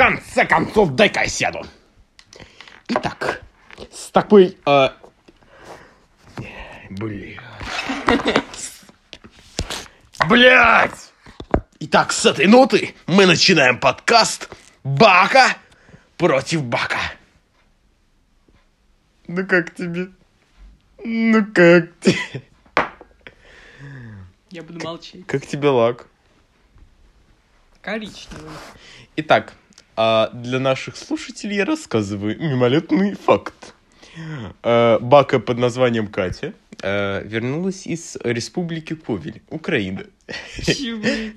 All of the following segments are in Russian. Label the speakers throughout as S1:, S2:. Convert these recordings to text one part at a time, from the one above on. S1: конце концов, дай-ка я сяду. Итак, с такой... э, Блядь. Блядь! Итак, с этой ноты мы начинаем подкаст Бака против Бака. Ну как тебе? Ну как тебе?
S2: Я буду молчать.
S1: Как тебе лак?
S2: Коричневый.
S1: Итак, а, для наших слушателей я рассказываю мимолетный факт. Э, Бака под названием Катя э, вернулась из Республики Ковель, Украина.
S2: Чего?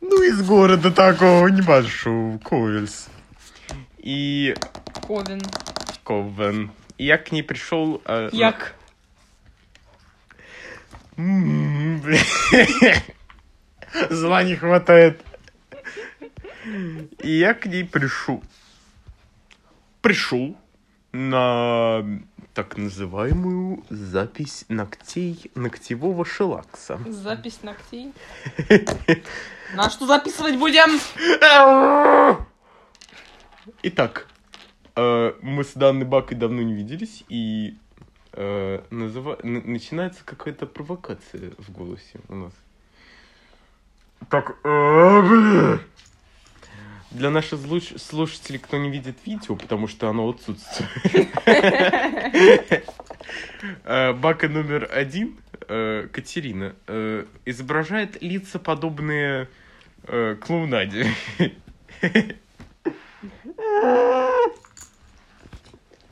S1: Ну, из города такого небольшого, Ковельс. И
S2: Ковен.
S1: Ковен. И я к ней пришел... э,
S2: Як.
S1: М, бля. М-м-м, Зла не хватает. И я к ней пришел. Пришел на так называемую запись ногтей ногтевого шелакса.
S2: Запись ногтей. На что записывать будем?
S1: Итак, э, мы с Данной Бакой давно не виделись, и э, называ- н- начинается какая-то провокация в голосе у нас. Так, э, бля. Для наших злуш- слушателей, кто не видит видео, потому что оно отсутствует. Э, Бака номер один, э, Катерина, э, изображает лица, подобные э, клоунаде.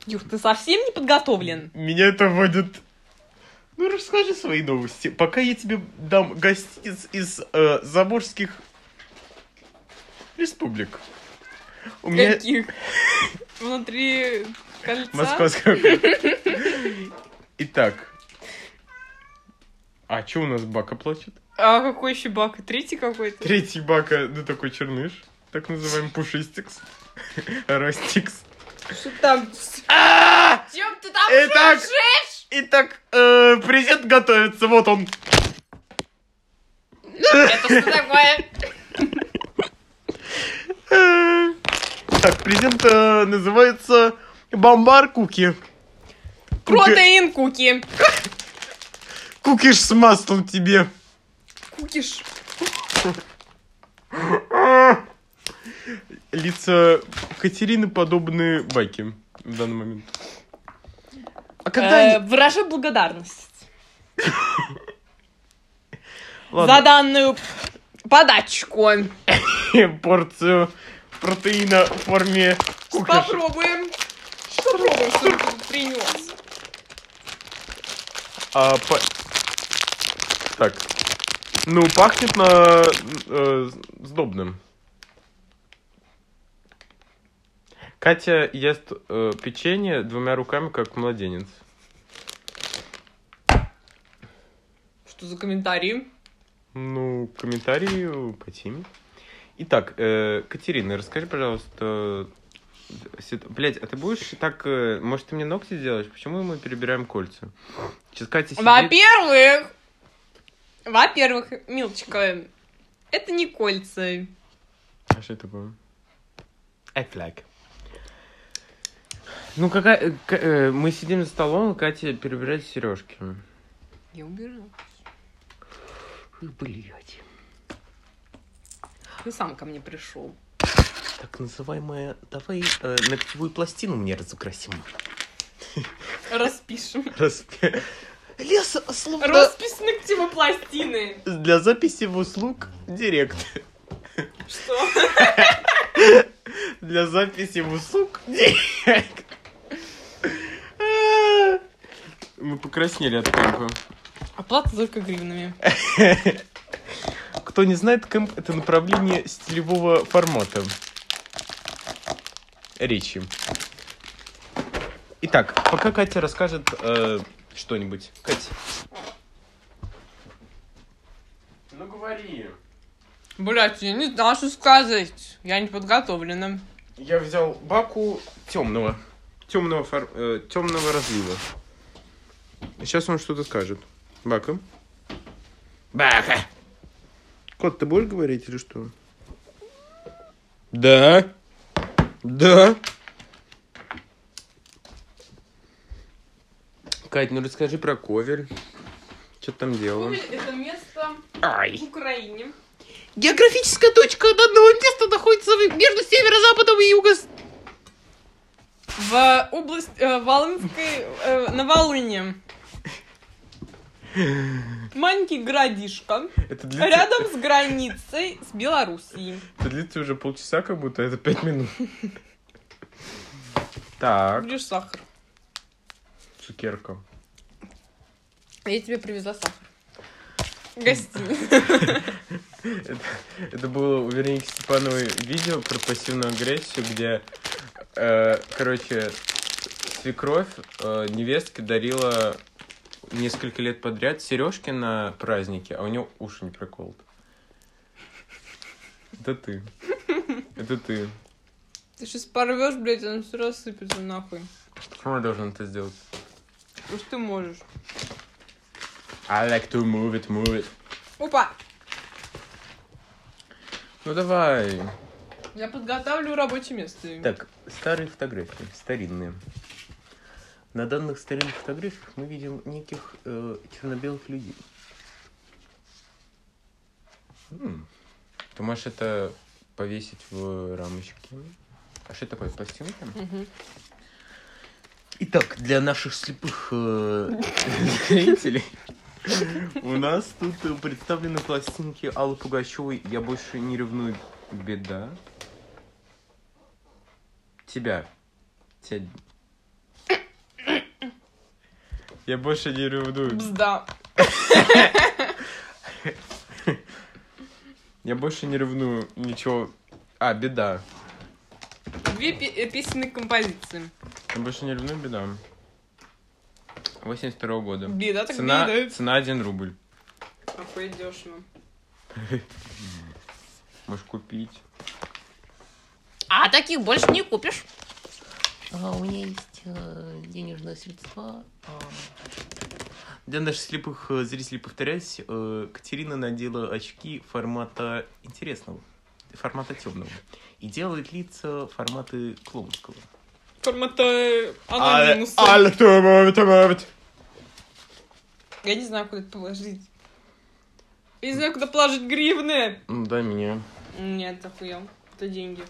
S2: Юр, ты совсем не подготовлен?
S1: Меня это вводит... Ну, расскажи свои новости. Пока я тебе дам гостиниц из э, заморских республик. У меня...
S2: Каких? Внутри кольца?
S1: Московского. Итак. А что у нас Бака плачет?
S2: А какой еще бак? Третий какой-то?
S1: Третий Бака, ну такой черныш. Так называемый пушистикс. Ростикс.
S2: Что там?
S1: А!
S2: Чем ты там
S1: Итак.
S2: шуршишь?
S1: Итак, э, презент готовится, вот он.
S2: Это что такое?
S1: Так, презент э, называется Бомбар Куки. Куки-
S2: Протеин куки.
S1: Кукиш с маслом тебе.
S2: Кукиш.
S1: Лица Катерины подобны Баке в данный момент. А когда...
S2: Э,
S1: они-
S2: Выражу благодарность. За
S1: Ладно,
S2: данную подачку.
S1: порцию протеина в форме кукиш.
S2: Попробуем. Что пробуем, что ты тут принес?
S1: А, па- Так. Ну, пахнет на... э, сдобным. Катя ест э, печенье двумя руками, как младенец.
S2: Что за комментарии?
S1: Ну, комментарии по теме. Итак, э, Катерина, расскажи, пожалуйста... Блять, а ты будешь так... э, может, ты мне ногти сделаешь? Почему мы перебираем кольца? Сейчас Катя сидит...
S2: Во-первых, во-первых, милочка, это не кольца.
S1: А что это такое? Эфляк. Ну, какая... э, к- э, мы сидим за столом, и Катя перебирает сережки.
S2: Я убежал.
S1: Блять.
S2: Ты сам ко мне пришел.
S1: Так называемая... Давай э, ногтевую пластину мне разукрасим.
S2: Распишем.
S1: Распи... Лес словно...
S2: Роспись ногтевой пластины.
S1: Для записи в услуг директ.
S2: Что?
S1: Для записи в услуг директ. А. Мы покраснели от кэмпа.
S2: Оплата только гривнами.
S1: Кто не знает, кэмп — это направление стилевого формата речи. Итак, пока Катя расскажет э, что-нибудь. Катя. Ну говори.
S2: Блять, я не знаю, что сказать. Я не подготовлена.
S1: Я взял баку темного. Темного, темного э, разлива. Сейчас он что-то скажет. Бака. Бака. Кот, ты будешь говорить или что? Да. Да. Кать, ну расскажи про Ковель. Что ты там делала?
S2: Ковель это место в
S1: Ай.
S2: Украине.
S1: Географическая точка данного места находится между северо-западом и юго...
S2: В область э, Волынской, э, на Волыне. Маленький городишко.
S1: Это длится,
S2: Рядом с границей с Белоруссией.
S1: это длится уже полчаса, как будто а это пять минут. Так,
S2: Будешь сахар.
S1: цукерка.
S2: Я тебе привезла сахар. Гостиница.
S1: Это, это было у Вероники Степановой видео про пассивную агрессию, где, э, короче, свекровь э, невестке дарила несколько лет подряд сережки на празднике, а у нее уши не проколоты. Это ты. Это ты.
S2: Ты сейчас порвешь, блядь, оно все рассыпется нахуй.
S1: Почему я должен это сделать?
S2: Потому что ты можешь.
S1: I like to move it, move it.
S2: Опа!
S1: Ну давай.
S2: Я подготавливаю рабочее место.
S1: Так, старые фотографии, старинные. На данных старинных фотографиях мы видим неких э, черно-белых людей. М. Ты можешь это повесить в рамочке. А что это такое, пластинка?
S2: Мгм.
S1: Итак, для наших слепых э, зрителей у нас тут э, представлены пластинки Аллы Пугачевой «Я больше не ревную, беда». Тебя. Тебя. Я больше не ревную.
S2: Бзда.
S1: Я больше не ревную ничего. А, беда.
S2: Две пе- э, песенные композиции.
S1: Я больше не ревную, беда. 82 года.
S2: Беда так
S1: Цена,
S2: беда.
S1: цена 1 рубль.
S2: Охуеть дешево.
S1: Можешь купить.
S3: А таких больше не купишь.
S4: А, у меня есть э, денежные средства. а,
S1: Для наших слепых э, зрителей, повторяюсь, э, Катерина надела очки формата интересного, формата темного. И делает лица форматы клоунского.
S2: Формата э,
S1: А, э,
S2: анонимуса. Я не знаю, куда это положить. Я не знаю, куда положить гривны.
S1: Ну, дай мне.
S2: Нет, охуел. Это деньги.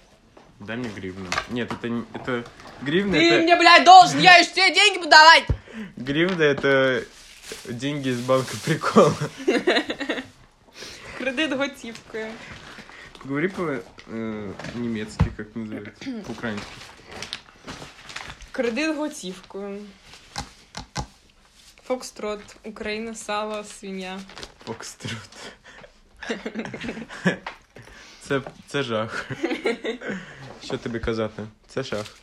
S1: Дай мне гривну. Нет, это не- это гривна,
S2: Ты
S1: это
S2: мне, блядь, должен, я еще тебе деньги подавать.
S1: гривна это деньги из банка прикола.
S2: Кредит готивка.
S1: Говори по э, немецки, как называется, по украински.
S2: Кредит готівкою. Фокстрот, Україна, сало, свиня.
S1: Фокстрот. Це, це жах. Що тобі казати? Це жах.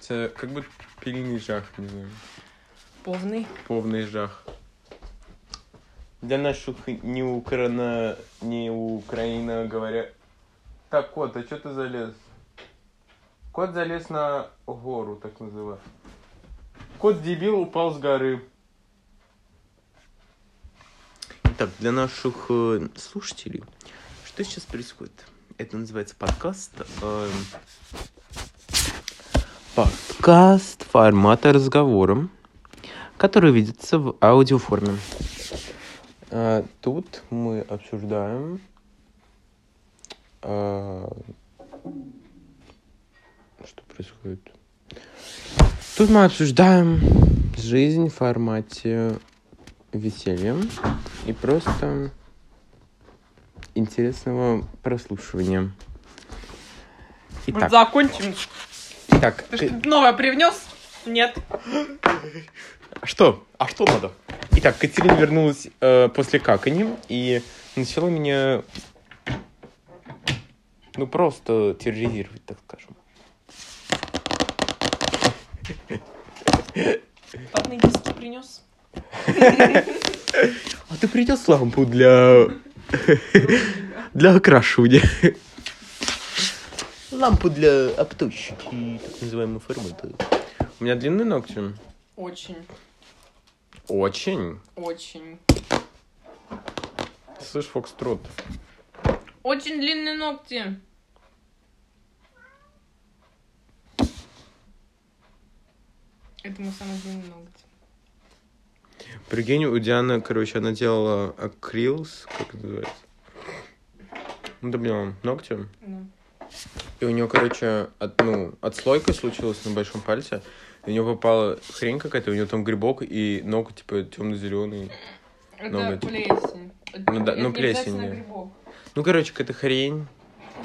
S1: Це як би пільний жах, не знаю.
S2: Повний.
S1: Повний жах. Для наших не Украина, не Украина говоря. Так, кот, а что ты залез? Кот залез на гору, так называют. Кот-дебил упал с горы. Так, для наших э, слушателей, что сейчас происходит? Это называется подкаст. э, подкаст формата разговором который видится в аудиоформе. А, Тут мы обсуждаем а, что происходит. Тут мы обсуждаем жизнь в формате веселья и просто интересного прослушивания.
S2: Может,
S1: Итак,
S2: закончим?
S1: так,
S2: Ты что-то новое привнес? Нет.
S1: Что? А что надо? Итак, Катерина вернулась э, после какани и начала меня, ну, просто терроризировать, так скажем.
S2: Ватные диски принес.
S1: А ты принес лампу для... для окрашивания? Лампу для обточки, так называемого формата. У меня длинные ногти.
S2: Очень,
S1: Очень.
S2: очень.
S1: Слышь, Фокстрот,
S2: Очень длинные ногти. Это мой самый длинный ноготь.
S1: Прикинь, у Дианы, короче, она делала акрилс, как это называется? Ну, ты поняла, ногтем.
S2: Ну.
S1: И у нее, короче, от, ну, отслойка случилась на большом пальце. И у нее попала хрень какая-то, у нее там грибок и ноготь, типа, темно-зеленый.
S2: Это
S1: Ноготь.
S2: плесень. Это-
S1: Ну да,
S2: это
S1: ну
S2: не
S1: плесень,
S2: обязательно
S1: да.
S2: грибок.
S1: Ну, короче, какая-то хрень.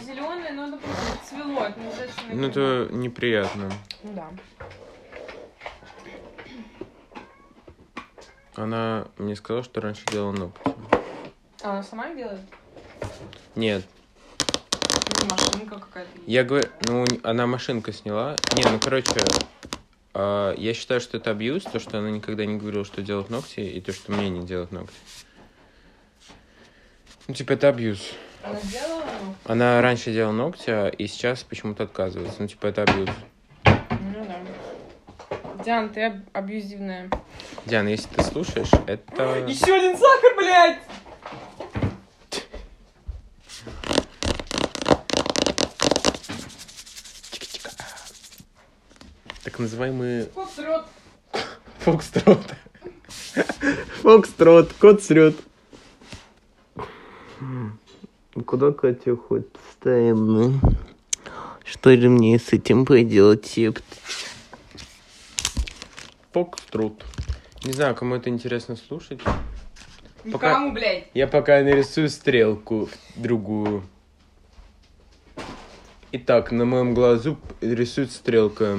S2: Зеленый, но это просто цвело, это не обязательно
S1: Ну,
S2: грибок.
S1: это неприятно.
S2: Ну да.
S1: Она мне сказала, что раньше делала ногти.
S2: А она сама делает?
S1: Нет,
S2: Или машинка какая-то есть?
S1: я говорю, ну, она машинка сняла. Не, ну, короче, а, я считаю, что это абьюз, то, что она никогда не говорила, что делать ногти, и то, что мне не делать ногти. Ну, типа, это абьюз.
S2: Она сделала? Ну,
S1: Она раньше делала ногти, а- и сейчас почему-то отказывается. Ну, типа, это абьюз.
S2: ну да. Диан, ты аб- абьюзивная.
S1: Диана, если ты слушаешь, это...
S2: Еще один сахар, блядь!
S1: Чика-чика. Так называемые
S2: Кот срет.
S1: Фокстрот. Фокстрот, кот срет. Куда Катя уходит постоянно? Что же мне с этим поделать, епт? Фокстрот. Не знаю, кому это интересно слушать. Пока-
S2: Никому, блядь.
S1: Я пока нарисую стрелку в другую. Итак, на моем глазу рисует стрелка.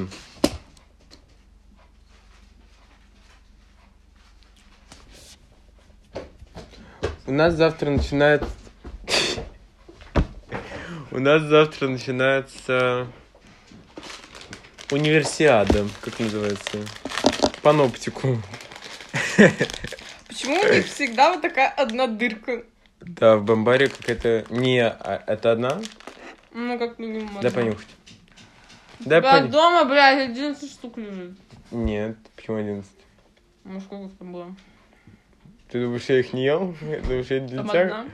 S1: У нас завтра начинает... У нас завтра начинается универсиада, как называется, паноптику.
S2: Почему у них всегда вот такая одна дырка?
S1: Да, в бомбаре какая-то... Не, а это одна?
S2: Ну, как минимум.
S1: Дай
S2: одна.
S1: понюхать.
S2: У
S1: Дай
S2: тебя
S1: понюхать.
S2: дома, блядь, 11 штук лежит.
S1: Нет, почему 11?
S2: Ну, сколько их там было?
S1: Ты думаешь, я их не ел? Думаешь, я для
S2: Там
S1: тебя?
S2: одна?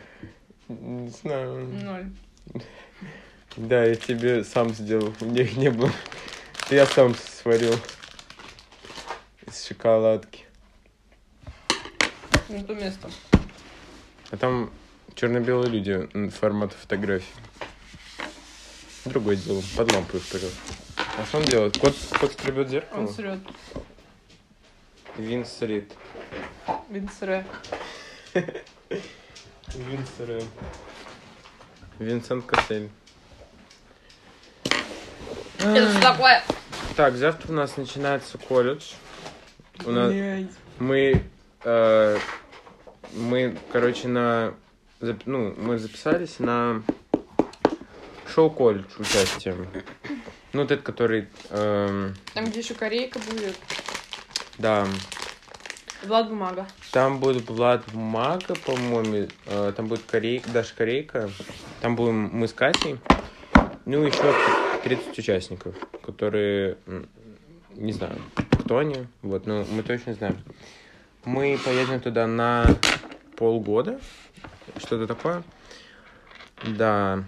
S1: Не знаю.
S2: Ноль.
S1: Да, я тебе сам сделал. У меня их не было. Это я сам сварил. Из шоколадки.
S2: Не Ну, то место.
S1: А там черно-белые люди м, формата фотографии. Другое дело. Под лампу их пожалуйста. А что он делает? Кот, кот скребет
S2: Он
S1: зеркало?
S2: срет.
S1: Винсрит.
S2: Винсре.
S1: Винсент. Винсент Кассель.
S3: Это что такое?
S1: Так, завтра у нас начинается колледж. У нас
S2: Блядь.
S1: мы э, мы, короче, на зап- ну мы записались на шоу колледж участием. Ну вот этот, который, эм,
S2: Там, где еще корейка будет.
S1: да,
S2: Влад Бумага.
S1: Там будет Влад Мага, по-моему. э, Там будет Корей... Даша Корейка. Там будем мы с Катей. Ну, еще 30 участников, которые... м, Не знаю, кто они. Вот, но мы точно знаем. Мы поедем туда на полгода. Что-то такое. Да.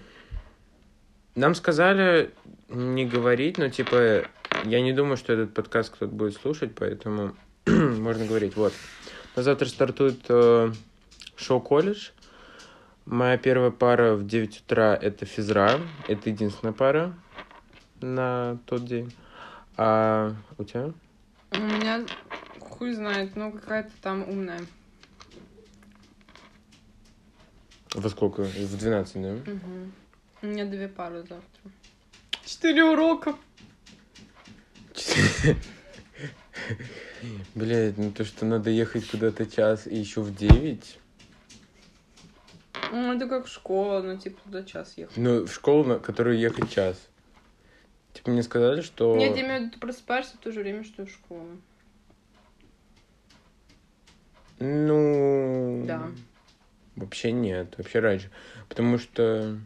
S1: Нам сказали не говорить, но, типа, я не думаю, что этот подкаст кто-то будет слушать, поэтому можно говорить. Вот. На завтра стартует э, шоу колледж. Моя первая пара в 9 утра это физра. Это единственная пара на тот день. А у тебя?
S2: У меня хуй знает, но какая-то там умная.
S1: Во сколько? В 12, да?
S2: Мгм. У меня две пары завтра. Четыре урока.
S1: Блять, ну то, что надо ехать куда-то час и еще в 9.
S2: Ну, это как школа, ну, типа, туда час ехать.
S1: Ну, в школу, на которую ехать час. Типа мне сказали, что...
S2: Нет, я имею в виду, ты просыпаешься в то же время, что и в школу.
S1: Ну...
S2: Да.
S1: Вообще нет, вообще раньше. Потому что...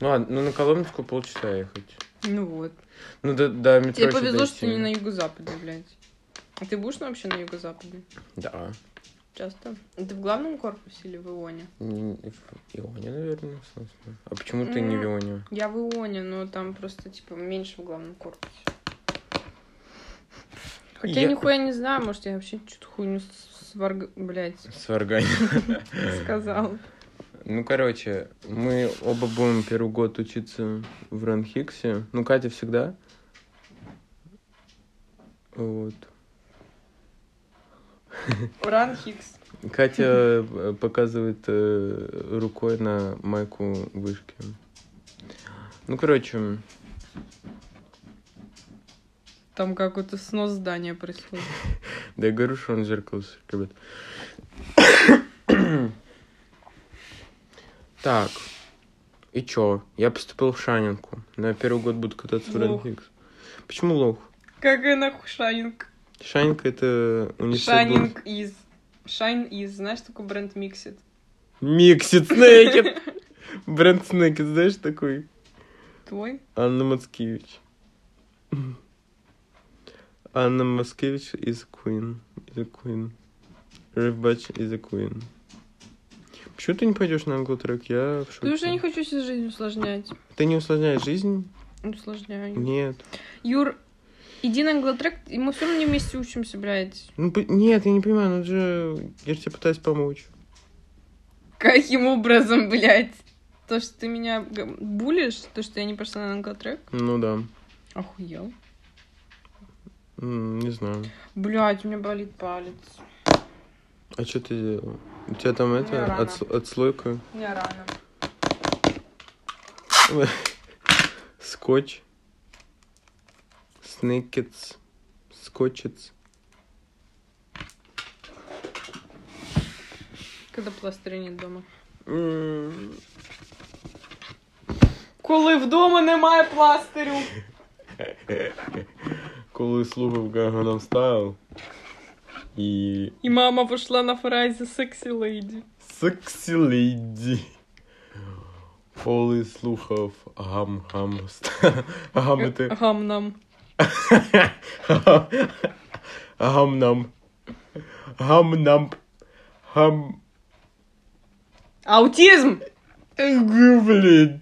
S1: Ну ладно, ну на Коломенскую полчаса ехать.
S2: Ну вот.
S1: Ну до, до метро
S2: Тебе
S1: ещё
S2: повезло, что ты
S1: дойти.
S2: не на юго-западе, блядь. А ты будешь ну, вообще на юго-западе?
S1: Да.
S2: Часто. Ты в главном корпусе или в Ионе?
S1: М, в Ионе, наверное, в смысле. А почему ты не в
S2: М.
S1: Ионе?
S2: Я в Ионе, но там просто, типа, меньше в главном корпусе. Хотя я
S1: Я-
S2: нихуя не знаю, может, я вообще что-то хуйню с- сварг... блядь,
S1: Сваргань.
S2: сказал.
S1: Ну, короче, мы оба будем первый год учиться в Ранхиксе. Ну, Катя всегда. Вот.
S2: Ран Хикс.
S1: Катя э, показывает э, рукой на майку вышки. Ну, короче,
S2: Там какой-то снос здания происходит.
S1: да я говорю, что он зеркало ребят. Так. И чё? Я поступил в Шанинку. На первый год буду кататься в
S2: Лох.
S1: Ранхикс. Почему лох?
S2: Какая нахуй Шайнинг?
S1: Шанинка это университет. был-
S2: Шайнинг из. Шайн из. Знаешь, такой бренд миксит?
S1: Миксит Снекет. Бренд Снекет, знаешь, такой?
S2: Твой?
S1: Анна Мацкевич. Анна Мацкевич is a queen. Is a queen. Рыбач is a queen. Почему ты не пойдешь на англотрек? Я в шоке.
S2: Потому что я не хочу себе жизнь усложнять.
S1: Ты не усложняешь жизнь?
S2: Усложняю.
S1: Нет.
S2: Юр, иди на англотрек, и мы все равно не вместе учимся, блядь.
S1: Ну, п- нет, я не понимаю, ну это же... Я же тебе пытаюсь помочь.
S2: Каким образом, блядь? То, что ты меня г- булишь, то, что я не пошла на англотрек?
S1: Ну да.
S2: Охуел.
S1: М, не знаю.
S2: Блядь, у меня болит палец.
S1: А что ты делал? У тебя там это...
S2: рано.
S1: отс- отслойка?
S2: У меня рано.
S1: Скотч. Снекетс. Скотчец.
S2: Когда пластыря нет дома.
S1: М,
S2: Коли вдома немає пластирю.
S1: Коли слухав Gangnam Style і
S2: І мама пішла на фразі сексі леді.
S1: Sexy Lady. Коли слухав гам гам гамити
S2: Гам нам.
S1: гам нам гам нам гам
S2: Аутизм!
S1: Эгу, блин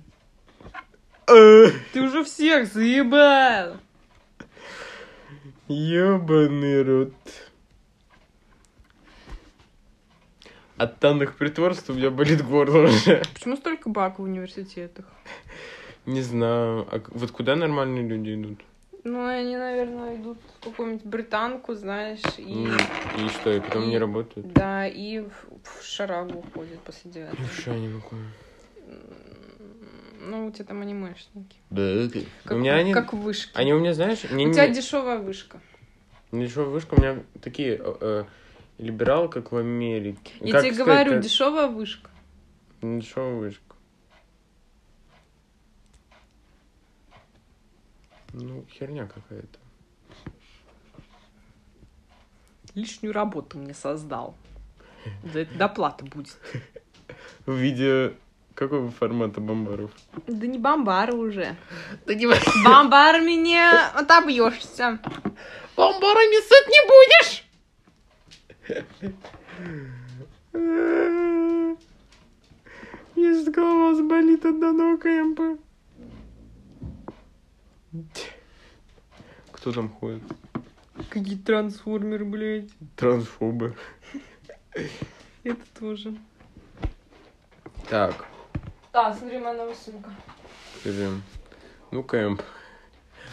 S1: Э,
S2: Ты уже всех заебал!
S1: ёбаный рот от данных притворств у меня болит горло уже.
S2: Почему столько бак в университетах?
S1: Не знаю. А к- вот куда нормальные люди идут?
S2: Ну, они, наверное, идут в какую-нибудь британку, знаешь, и...
S1: М, Ну, И что, и потом не работают?
S2: Да, и в, в шарагу уходят после
S1: И
S2: девятого.
S1: в шане какой.
S2: М, Ну, у тебя там анимешники.
S1: У
S2: Как,
S1: меня они...
S2: как вышки.
S1: Они у меня, знаешь... не-
S2: У тебя
S1: не-
S2: дешевая вышка.
S1: не дешевая вышка, у меня такие э, э, либералы, как в Америке.
S2: Я
S1: Как
S2: тебе
S1: сказать, э,
S2: говорю,
S1: как-
S2: дешевая вышка.
S1: не Дешевая вышка. Ну, херня какая-то.
S2: Лишнюю работу мне создал. За это доплата будет.
S1: В виде какого формата бомбаров?
S2: Да не бомбар уже. Бомбар меня отобьешься.
S3: Бомбарами сыт не будешь!
S1: Если голова заболит от данного кемпа. Кто там ходит?
S2: Какие трансформеры, блядь.
S1: Трансфобы.
S2: Это тоже.
S1: Так,
S2: Да, смотри, моя новая сумка.
S1: скажем. Ну, кемп.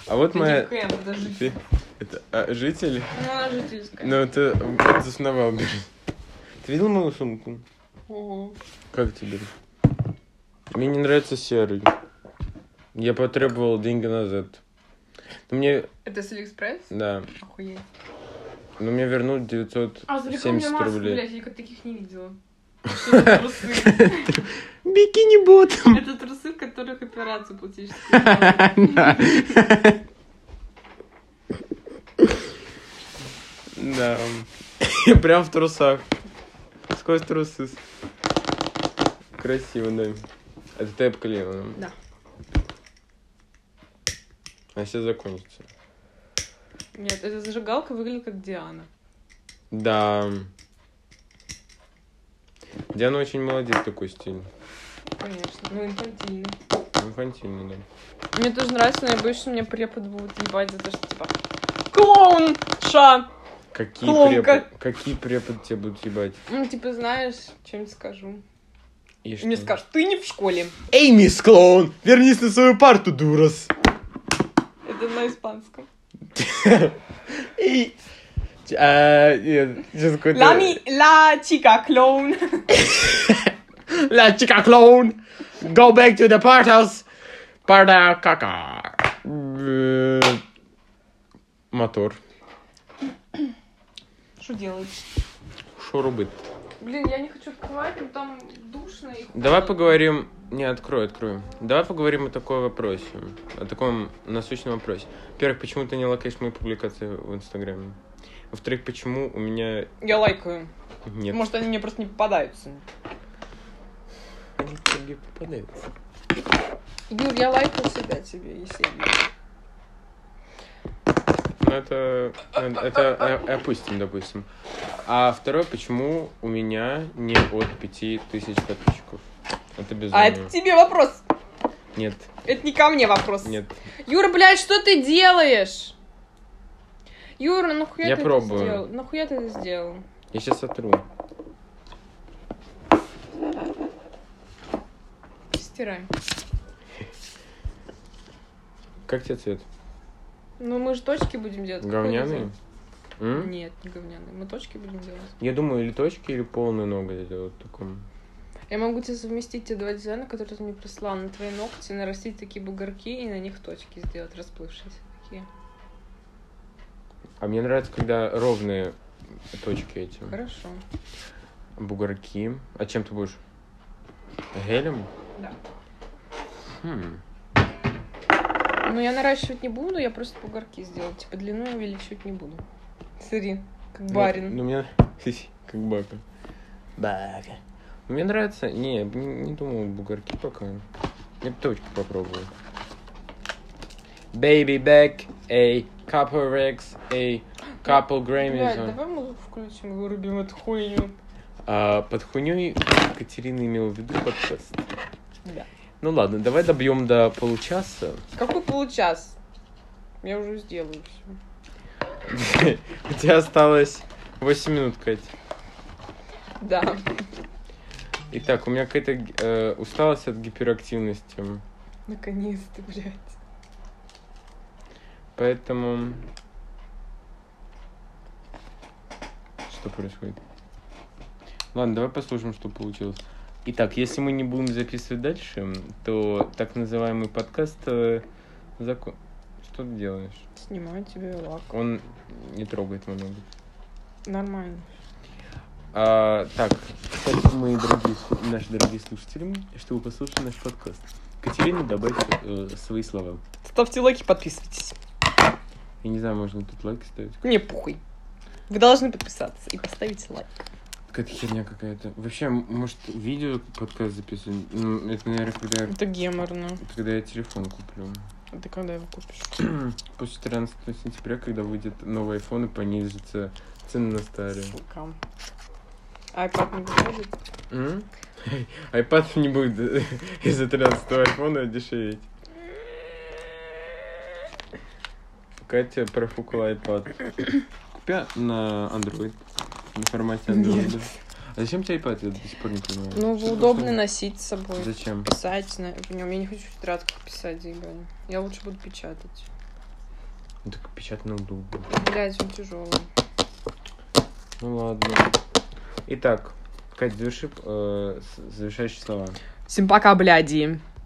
S1: А вот
S2: Это
S1: моя...
S2: не кэмп,
S1: Ты-
S2: это житель.
S1: Это, а, житель?
S2: Ну, она жительская.
S1: Ну, это, это засновал. Ты видел мою сумку?
S2: Ого.
S1: Как тебе? Мне не нравится серый. Я потребовал деньги назад. Но мне,
S2: Это с Алиэкспресс?
S1: да,
S2: Охуеть.
S1: но Ну, мне вернут
S2: А смотри, у меня
S1: 970
S2: маску,
S1: рублей.
S2: блядь, я как таких не видела. Что за трусы?
S1: Бикини ботом.
S2: Это трусы, в которых операцию платишь.
S1: Да. Прям в трусах. Сквозь трусы. Красиво, да. Это ты обклеила?
S2: Да.
S1: А сейчас закончится.
S2: Нет, эта зажигалка выглядит как Диана.
S1: Да. Диана очень молодец такой стиль.
S2: Конечно, ну инфантильный.
S1: Инфантильный, да.
S2: Мне тоже нравится, но я боюсь, что меня препод будут ебать за то, что типа клоун ша.
S1: Какие,
S2: Клоун,
S1: препод- какие преподы тебя будут ебать?
S2: Ну, типа, знаешь, чем-нибудь скажу.
S1: И
S2: Мне
S1: что?
S2: скажут, ты не в школе.
S1: Эй, мисс Клоун, вернись на свою парту, дурас.
S2: Это на испанском.
S1: Эй. А, нет, сейчас какой-то...
S2: Лами, ла чика клоун.
S1: La chica clone, go back to the portals, parda caca. Мотор.
S2: Что делать?
S1: Что робит?
S2: Блин, я не хочу открывать, но там душно и холодно.
S1: Давай поговорим... Не, открой, открой. Давай поговорим о таком вопросе. О таком насущном вопросе. Во-первых, почему ты не лайкаешь мои публикации в Инстаграме? Во-вторых, почему у меня
S2: Я лайкаю.
S1: нет...
S2: Может, они мне просто не попадаются.
S1: Они тебе попадаются.
S2: Юр, я лайкаю себя тебе, если
S1: Ну, это... Это э, опустим, допустим. А второе, почему у меня не от пяти тысяч подписчиков? Это безумие.
S2: А это к тебе вопрос.
S1: Нет,
S2: Это не ко мне вопрос.
S1: нет.
S2: Юра, блядь, что ты делаешь? Юра, нахуя
S1: Я
S2: ты
S1: пробую.
S2: это сделал? Нахуя ты это сделал?
S1: Я сейчас сотру.
S2: Стирай.
S1: Как тебе цвет?
S2: Ну, мы же точки будем делать. Какой
S1: Говняный?
S2: дизайн?
S1: М?
S2: Нет, не говняный. Мы точки будем делать.
S1: Я думаю, или точки, или полную ногу сделать таком.
S2: Я могу тебе совместить те два дизайна, которые ты мне прислал. На твои ногти нарастить такие бугорки и на них точки сделать расплывшиеся такие.
S1: А мне нравится, когда ровные точки эти.
S2: Хорошо.
S1: Бугорки. А чем ты будешь? Гелем?
S2: Да.
S1: Хм.
S2: Ну, я наращивать не буду, я просто бугорки сделаю. Типа, длину увеличивать не буду. Смотри, как барин.
S1: Ну, ну, мне... Как бака. Бака. Ну, Мне нравится... Не, я б не, не думал бугорки пока. Я б точки попробую. Baby back, a couple rex, a couple
S2: Блядь,
S1: Grammys.
S2: давай музыку включим и вырубим эту хуйню.
S1: А, под хуйней Катерина имела в виду подкаст.
S2: Да.
S1: Ну ладно, давай добьем до получаса.
S2: Какой получас? Я уже сделаю все.
S1: У тебя осталось 8 минут, Кать.
S2: Да.
S1: Итак, у меня какая-то э, усталость от гиперактивности.
S2: Наконец-то, блядь.
S1: Поэтому... Что происходит? Ладно, давай послушаем, что получилось. Итак, если мы не будем записывать дальше, то так называемый подкаст э, закон... Что ты делаешь?
S2: Снимаю тебе лак.
S1: Он не трогает мою ногу.
S2: Нормально.
S1: А, так, кстати, мои дорогие, слу- наши дорогие слушатели, что вы послушали наш подкаст. Катерина, добавь э, свои слова.
S2: Ставьте лайки, подписывайтесь.
S1: Я не знаю, можно тут лайки ставить.
S2: Мне похуй. Вы должны подписаться и поставить лайк.
S1: Какая-то херня какая-то. Вообще, м- может, видео подкаст записывать? Ну, это, наверное, когда, я-
S2: Это геморно.
S1: когда я телефон куплю.
S2: А ты когда его купишь?
S1: После 14 сентября, когда выйдет новый iPhone и понизится цены на старые.
S2: Сука. Айпад А не выходит?
S1: М? Айпад не будет из-за 13 айфона дешеветь. Э, Катя профукала iPad. Купя на Android. На формате Android. А зачем тебе iPad? Я до сих пор не понимаю.
S2: Ну,
S1: Что
S2: его
S1: ты
S2: удобно
S1: хочешь?
S2: носить с собой.
S1: Зачем?
S2: Писать на... в нем. Я не хочу в тетрадках писать, заебали. Я лучше буду печатать.
S1: Ну, так печатно удобно.
S2: Блядь, он тяжелый.
S1: Ну ладно. Итак, Катя, заверши э, с- завершающие слова.
S2: Всем пока, бляди.